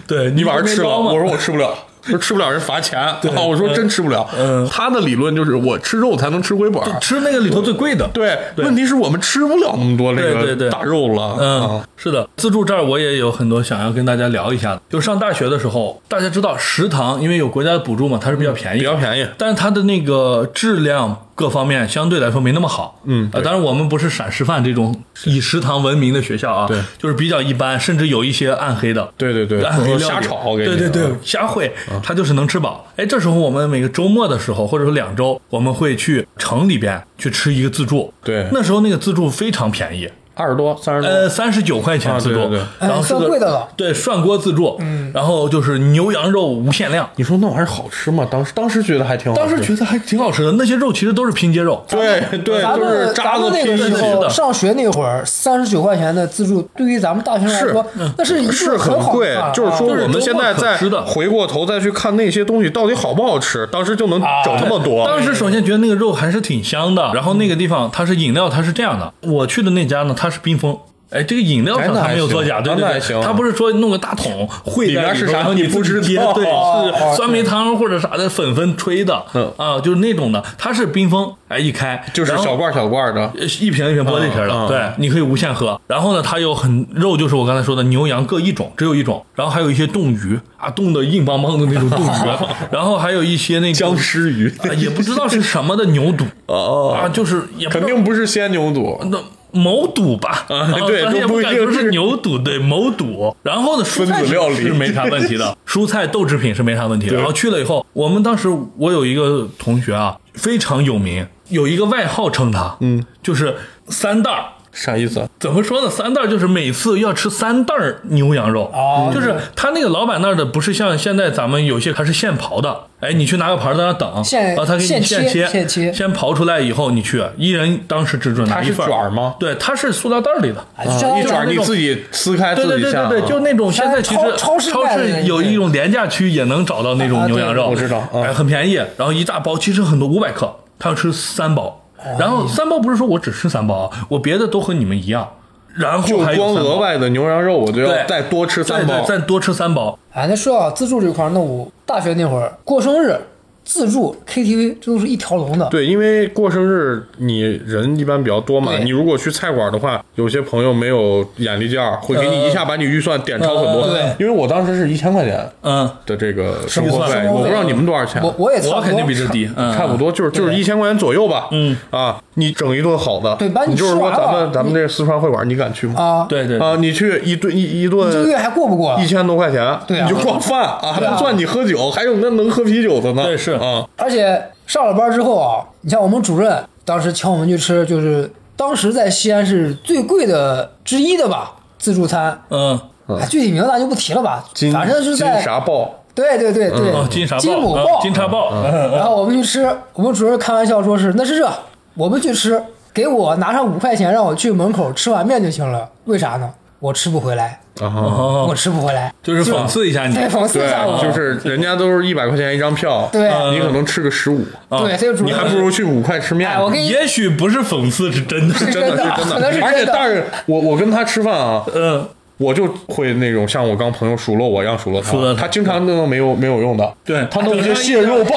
对
你晚上吃了，
高吗
我说我吃不了，说吃不了人罚钱啊，我说真吃不了。
嗯
他的理论就是我吃肉才能吃回本儿。
吃那个里头最贵的。
对，问题是我们吃不了那么多那
对对
个
对
大肉了。
嗯
啊，，
是的，自助这儿我也有很多想要跟大家聊一下的。就上大学的时候，大家知道食堂因为有国家的补助嘛，它是比较便宜
比
的，
较便宜。
但是它的那个质量各方面相对来说没那么好。嗯，呃，当然我们不是陕师范这种以食堂闻名的学校啊，
对，
就是比较一般，甚至有一些暗黑的。
对对对
暗黑料理
瞎炒给你
对对对
啊，
瞎烩，它就是能吃饱。哎，这时候我们每个周末的时候，或者说两周，我们会去城里边去吃一个自助。
对
那时候那个自助非常便宜，
二十多，三十
呃，
多，
三十九块钱自助，
啊对对对
然后
哎
是
算
个
贵的了。
对，涮锅自助，嗯，然后就是牛羊肉无限量。
你说那玩意儿好吃吗？当时当时觉得还挺好吃，
当时觉得还挺好吃的，那些肉其实都是拼接肉，
对对，
咱
就
们
是
咱
渣
们
子
那
拼
个
是
时
的是
候
的
上学那会儿，三十九块钱的自助，对于咱们大学生来说，那是一顿
是
很好的
贵
饭啊，
就是说
就是
我们现在
周末
再
可吃的
回过头再去看那些东西到底好不好吃，当时就能整那么多。
当时首先觉得那个肉还是挺香的，然后那个地方它是饮料，它是这样的，我去的那家呢，它是冰峰。哎，这个饮料
哎
上
那
它
还
没有作假，
行
对
那
对
还行
对，它不是说弄个大桶
里
烩在
边是
头
啥
然后
你
你
不
自己
知
接
道
对，
哦
是酸梅汤或者啥的粉粉吹的
嗯
啊，就是那种的，它是冰峰，哎，一开
就是
然后
小罐儿小罐儿的，
一瓶一瓶玻璃瓶的，
嗯嗯
对，你可以无限喝。然后呢，它有很肉，就是我刚才说的牛羊各一种，只有一种。然后还有一些冻鱼啊，冻得硬邦邦的那种冻 鱼，然后还有一些那个
僵尸鱼
啊也不知道是什么的牛肚
哦，
啊，就是也不
肯
知道
定不是鲜牛肚，
那某肚吧，
啊对
咱也
都不一
敢
定
说是
是
牛肚，对某肚。然后呢，蔬菜
分子
是
料理
是没啥问题 的，蔬菜豆制品是没啥问题的。然后去了以后，我们当时我有一个同学啊，非常有名，有一个外号称他，嗯，就是三袋儿。
啥意思？啊
怎么说呢？三袋儿就是每次要吃三袋儿牛羊肉，
哦
就是他那个老板那儿的不是像现在咱们有些还是现刨的，哎，你去拿个盘儿在那儿等，
现
然后他给你
现切
切，
现切
先刨出来以后你去，一人当时只准拿
它
一
是
份儿
卷儿吗
对，它是塑料袋儿里的。
哎就相当
啊
于
一卷
卷
儿
儿那
你
种
自己撕开
对
自
对
己
对
下
对
啊，
对，就那种现在其实
超超市
超
卖的
市
那
有
种
一种廉价区也能找到那种
啊
牛羊肉，
对我知道嗯
哎，很便宜。然后一大包，其实很多，五百克，他要吃三包。
哦
然后三包不是说我只吃三包啊，我别的都和你们一样。然
就
后还有
光
三包
额外的牛羊肉，我就要
对
再多吃
再
三包。
再再多吃三包。
哎，那说到自助这块儿，那我大学那会儿过生日自助 KTV，这都是一条龙的。
对，因为过生日你人一般比较多嘛，
对
你如果去菜馆的话，有些朋友没有眼力劲儿，会给你一下把你预算点超很多。
呃
因
对
为我当时是一千块钱
嗯，
的这个生活
活费
费，我不知道你们多少钱。
我我也差
我
不
肯定比
多。
这低，嗯，
差不。多就是就是一千块钱左右吧，
嗯
啊，你整一顿好的，
对把你
你就是
吃
说
完
咱们
了
咱们这四川会馆，你敢去吗？
啊，，
对对，啊
啊，你去一顿一一
这个月
顿
还过不过
一？千多块钱，
对啊
你就光饭啊，还
对啊
不算你喝酒，还有那能喝啤酒的呢，
对是
啊，
而且上了班之后啊，你像我们主任当时请我们去吃，就是当时在西安是最贵的之一的吧，自助餐。
嗯，
哎，具体名字咱就不提了吧，
金
反正是
金
在
啥爆，
对对对对，
哦，金啥
金
豹，
母
啊
豹，
金叉豹，
然后我们去吃，我们主任开玩笑说是那是这，我们去吃，给我拿上五块钱，让我去门口吃碗面就行了。为啥呢？我吃不回来，
啊，
哦，
我吃不回来，
就是讽刺一下你
对，讽刺一下我，
对，就是人家都是一百块钱一张票，
对
你可能吃个十五，
啊
对，他就主
你
任
还不如去五块吃面
哎，我
呢。
跟你
也许不是讽刺，是真的，是
真的
真的
是
可
真
能是
而且
真的
但是我我跟他吃饭啊，
嗯，
我就会那种像我刚朋友数落我一样数落他，
数落他
他经常弄没有没有用的，
对
他弄一些蟹肉 棒、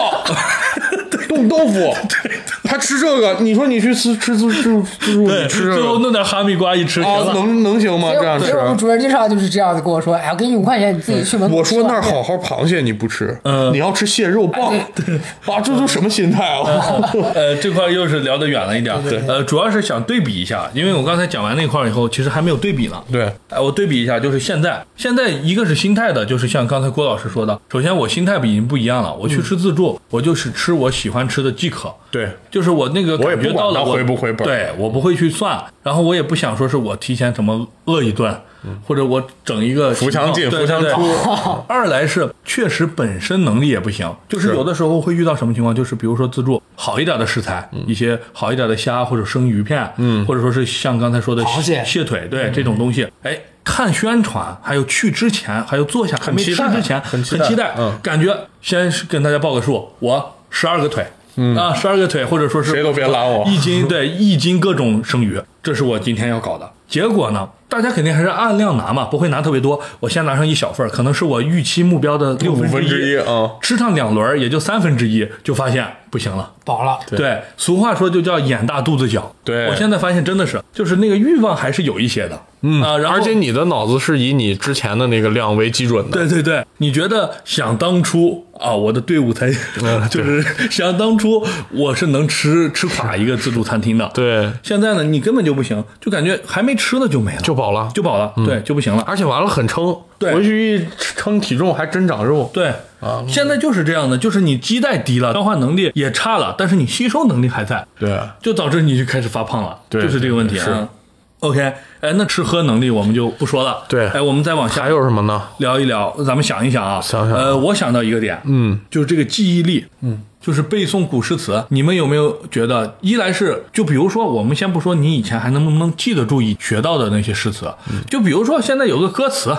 冻豆腐，他吃这个，你说你去吃吃自助自助，
对，
你吃这
最
个
后弄点哈密瓜一吃，行
啊，
了，
能能行吗？
给
这样
我
吃
给，
啊
我们主任经常就是这样子跟我说，哎，我给你五块钱，你自己去门口。
我说那儿，好好螃蟹你不吃，
嗯
你要吃蟹肉棒，啊，这都什么心态啊？
呃，这块又是聊得远了一点，对，呃，主要是想对比一下，因为我刚才讲完那块儿以后，其实还没有对比呢，
对，
哎，我对比一下，就是现在，现在一个是心态的，就是像刚才郭老师说的，首先我心态已经不一样了，我
嗯
去吃自助，我就是吃我喜欢吃的即可，
对，
就是我那个
我也
感
不
觉到了
管它
我
回不回本
对我不会去算，然后我也不想说是我提前什么饿一顿，或者我整一个
嗯扶墙进
哦对
扶墙
对对
出
二来是确实本身能力也不行，就是
嗯是
有的时候会遇到什么情况，就是比如说自助好一点的食材，
嗯
一些好一点的虾或者生鱼片，嗯，或者说是像刚才说的
螃蟹
蟹腿，
嗯
对这种东西，哎。看宣传，还有去之前，还有坐下还没吃
期待
之前，
很
很
期待嗯
感觉先是跟大家报个数，我十二个腿，嗯啊，十二个腿，或者说是
谁都别拦我
一斤对一斤各种生鱼，这是我今天要搞的。结果呢，大家肯定还是按量拿嘛，不会拿特别多。我先拿上一小份儿，可能是我预期目标的六
五分之
之
一啊
吃上两轮儿也就三分之一，就发现不行了。
饱了，
对俗话说就叫眼大肚子小。
对
我现在发现真的是，就是那个欲望还是有一些的。嗯啊，然后
而且你的脑子是以你之前的那个量为基准的，
对对对，你觉得想当初啊，我的队伍 才、
啊
就是想当初我是能吃吃垮一个自助餐厅的。，
对，
现在呢，你根本就不行，就感觉还没吃呢就没了，
就嗯饱了，
就饱了，对，就不行了。
而且完了很撑，
对
回去一称体重还真长肉，
对
嗯
啊，现在就是这样的，就是你基带低了，消化能力也差了，但是你吸收能力还在，
对，
就导致你就开始发胖了，
对
就是这个问题
对
啊。OK，哎，那吃喝能力我们就不说了，
对
哎，我们再往下
还有什么呢？
聊一聊，咱们想一想啊，
想想
呃，我想到一个点，嗯，就是这个记忆力，嗯，就是背诵古诗词，你们有没有觉得，一来是就比如说，我们先不说你以前还能不能记得住以学到的那些诗词，
嗯
就比如说现在有个歌词，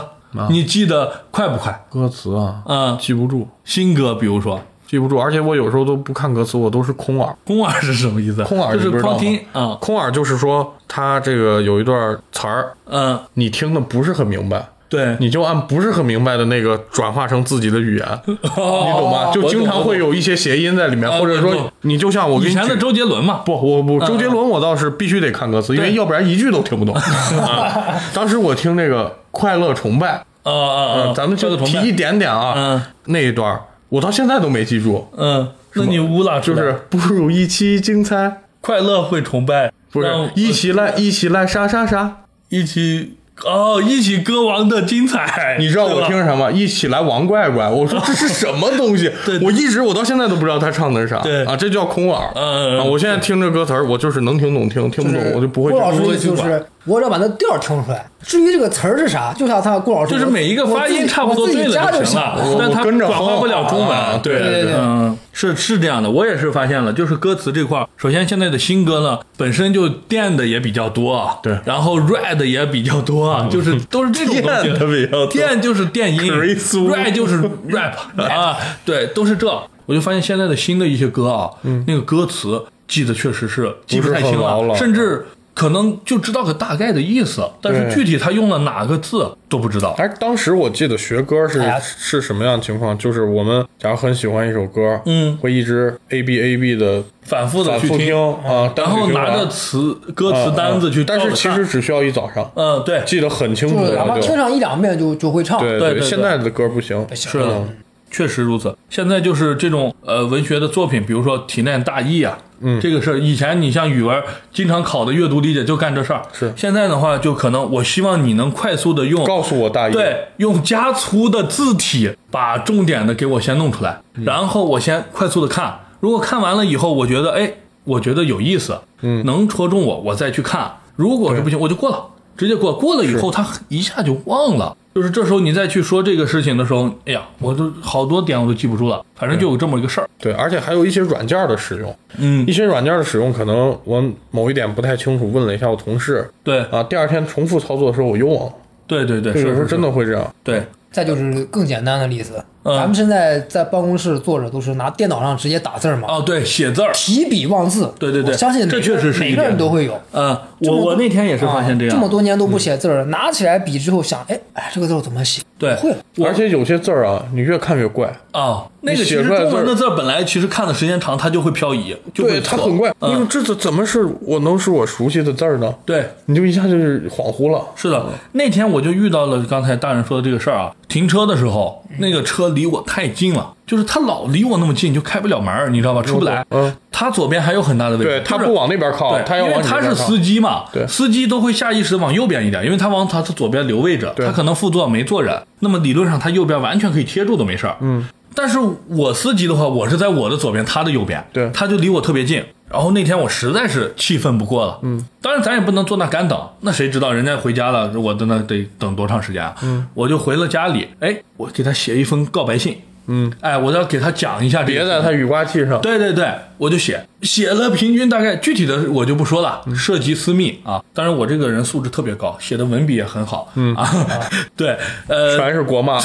你记得快不快？
歌词啊，
嗯，
记不住，
新歌，比如说。
记不住，而且我有时候都不看歌词，我都是空耳。
空耳是什么意思？
空耳
就是
你不知道
光听
吗
啊，
空耳就是说他这个有一段词儿，
嗯
你听的不是很明白，
对，
你就按不是很明白的那个转化成自己的语 言，你
哦
懂吗？就经常会有一些谐音在里面，
我懂
或者
我懂
说你就哦像我给
以
你
前的
举
周杰伦嘛，
不，我我周杰伦我倒是必须得看歌词，因为要不然一句都听 不懂。啊当时我听那个《快乐崇拜》，
啊啊啊，
咱们
叫
就
的
提一点点
嗯
啊，那一段儿我到现在都没记住，
嗯，那你乌拉出
就
来
是不如一起精彩，
快乐会崇拜，
不是
让
一起来一起来啥啥啥，
一起哦，一起歌王的精彩，
你知道
对
我
吧
听什么？一起来王怪怪，我说这是什么东西
对？对
我一直我到现在都不知道他唱的是啥
对
啊，这叫空耳。
嗯嗯嗯
啊，我现在听这歌词儿，我就是能听懂听，听不懂我就不会
顾老师
不
的
会
意思
去
就
管。
是，我只要把那调儿听出来。至于这个词儿是啥，就像他顾老师，
就是每一个
我
发
自己
音差不多
我自
对了
己加
就
就
行
行
了，
我
但它
我跟着
转化
哼
不了中
啊
文。
对
对对对
嗯，是是这样的，我也是发现了，就是歌词这块儿，首先现在的新歌呢，本身就电的也比较多啊，
对
然后 rap 的也比较多啊，就是都是这种东西。
电的比较多
电就是电音
Chris Wu
，rap 就是 rap 啊，对，都是这。我就发现现在的新的一些歌啊，那个歌词记得确实是记不
不是
太
很
清
牢
了，
了
甚至可能就知道个大概的意思，但是
对
具体他用了哪个字都不知道。
哎，当时我记得学歌是、
哎呀
是什么样的情况？就是我们假如很喜欢一首歌，
嗯
会一直 A B A B 的
反复的
反
去嗯
复听啊，
然
单
后
曲听
拿
完
着词歌
啊
词单子去
啊
照
但
着看。
是其实只需要一早上，
嗯，对，
记得很清楚
就是哪
了
怕
就
听。上一两遍就就会唱。
对
对对对
现在的歌不行，嗯
是的，确实如此。现在就是这种呃文学的作品，比如说体炼大义啊，嗯，这个事儿，以前你像语文经常考的阅读理解就干这事儿，
是
现在的话，就可能我希望你能快速的用
告诉我大意。
对，用加粗的字体把重点的给我先弄出来，然后我先快速的看。如果看完了以后，我觉得哎，我觉得有意思，嗯，能戳中我，我再去看。如果是不行，我就过了，直接过。过了以后，他一下就忘了。就是这时候你再去说这个事情的时候，哎呀，我都好多点我都记不住了，反正就有这么一个事儿。
对而且还有一些软件的使用，
嗯
一，些软件的使用，可能我某一点不太清楚，问了一下我同事
对，
啊，第二天重复操作的时候我又忘了，
对对对，
有
是
时候
是
真
的，
的会这样。
对，
再就是更简单的例子，
嗯
咱们现在在办公室坐着都是拿电脑上直接打字儿嘛，
哦对，写字儿，
提笔忘字。
对对对
我相信每个
这确实是一
每
点
个人都会有。
呃，
这
我
么多
我那天也是发现这样，嗯
啊这么多年都不写字儿，拿起来笔之后想，哎哎，这个字儿怎么写？
对，
会了
我
而且有些字儿啊，你越看越怪，
哦，那个
你
其
写
实
出来
中文
字
的
儿
字儿本来其实看的时间长，它就会漂移，就
对
会
它
错
很怪。你说
嗯，
这怎怎么是我能是我熟悉的字儿呢？
对，
你就一下就是恍惚了。
是的。那天我就遇到了刚才大人说的这个事儿啊，停车的时候，
嗯
那个车离我太近了，就是他老离我那么近，就开不了门儿，你知道吧？出不来。
嗯，
他左边还有很大的位置，
对他
就是
不往那边靠
对，，
他要
因
往
为
你
他
这
是
边靠
司机嘛，
对
司机都会下意识的往右边一点，因为他往他他左边留位置，
对
他可能副座没坐人，那么理论上他右边完全可以贴住都没事儿。嗯，但是我司机的话，我是在我的左边，他的右边，
对
他就离我特别近。然后那天我实在是气愤不过了，嗯，当然咱也不能坐那干等，那谁知道人家回家了，我在那得等多长时间啊？嗯，我就回了家里，哎，我给他写一封告白信，嗯，哎，我要给他讲一下这个
别
事
在
情
他雨刮器上。
对对对，我就写写了，平均大概具体的我就不说了，
嗯
涉及私密啊。当然我这个人素质特别高，写的文笔也很好，嗯啊， 对，呃，
全是国骂，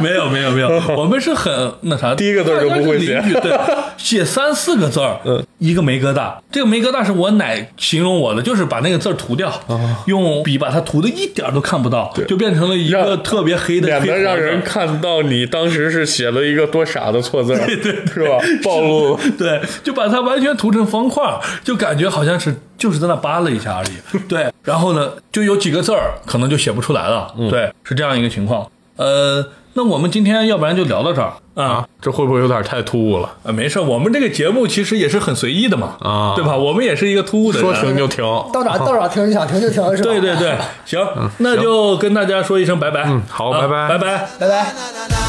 没有没有没有，我们是很那啥，
嗯第一个字儿就不会写
大家
嗯
是邻居对，写三四个字儿，一个没疙瘩。这个没疙瘩是我奶形容我的，就是把那个字儿涂掉，
哦
用笔把它涂的一点儿都看不到，就变成了一个
让
特别黑的
免
黑
得
盒
让
子
人看到你当时是写了一个多傻的错字儿，是吧？暴露了。
对，就把它完全涂成方块儿，就感觉好像是就是在那扒拉一下而 已。对，然后呢，就有几个字儿可能就写不出来了。对，是这样一个情况。呃，那我们今天要不然就聊到这儿啊、
这会不会有点太突兀了？
呃没事儿，我们这个节目其实也是很随意的嘛，
啊
对吧？我们也是一个突兀的人。啊
说停就停，
到 哪到哪停，想停就停，是吧？
对对，对，行，那就跟大家说一声拜拜。嗯
好拜拜
拜拜。
拜拜。
na na na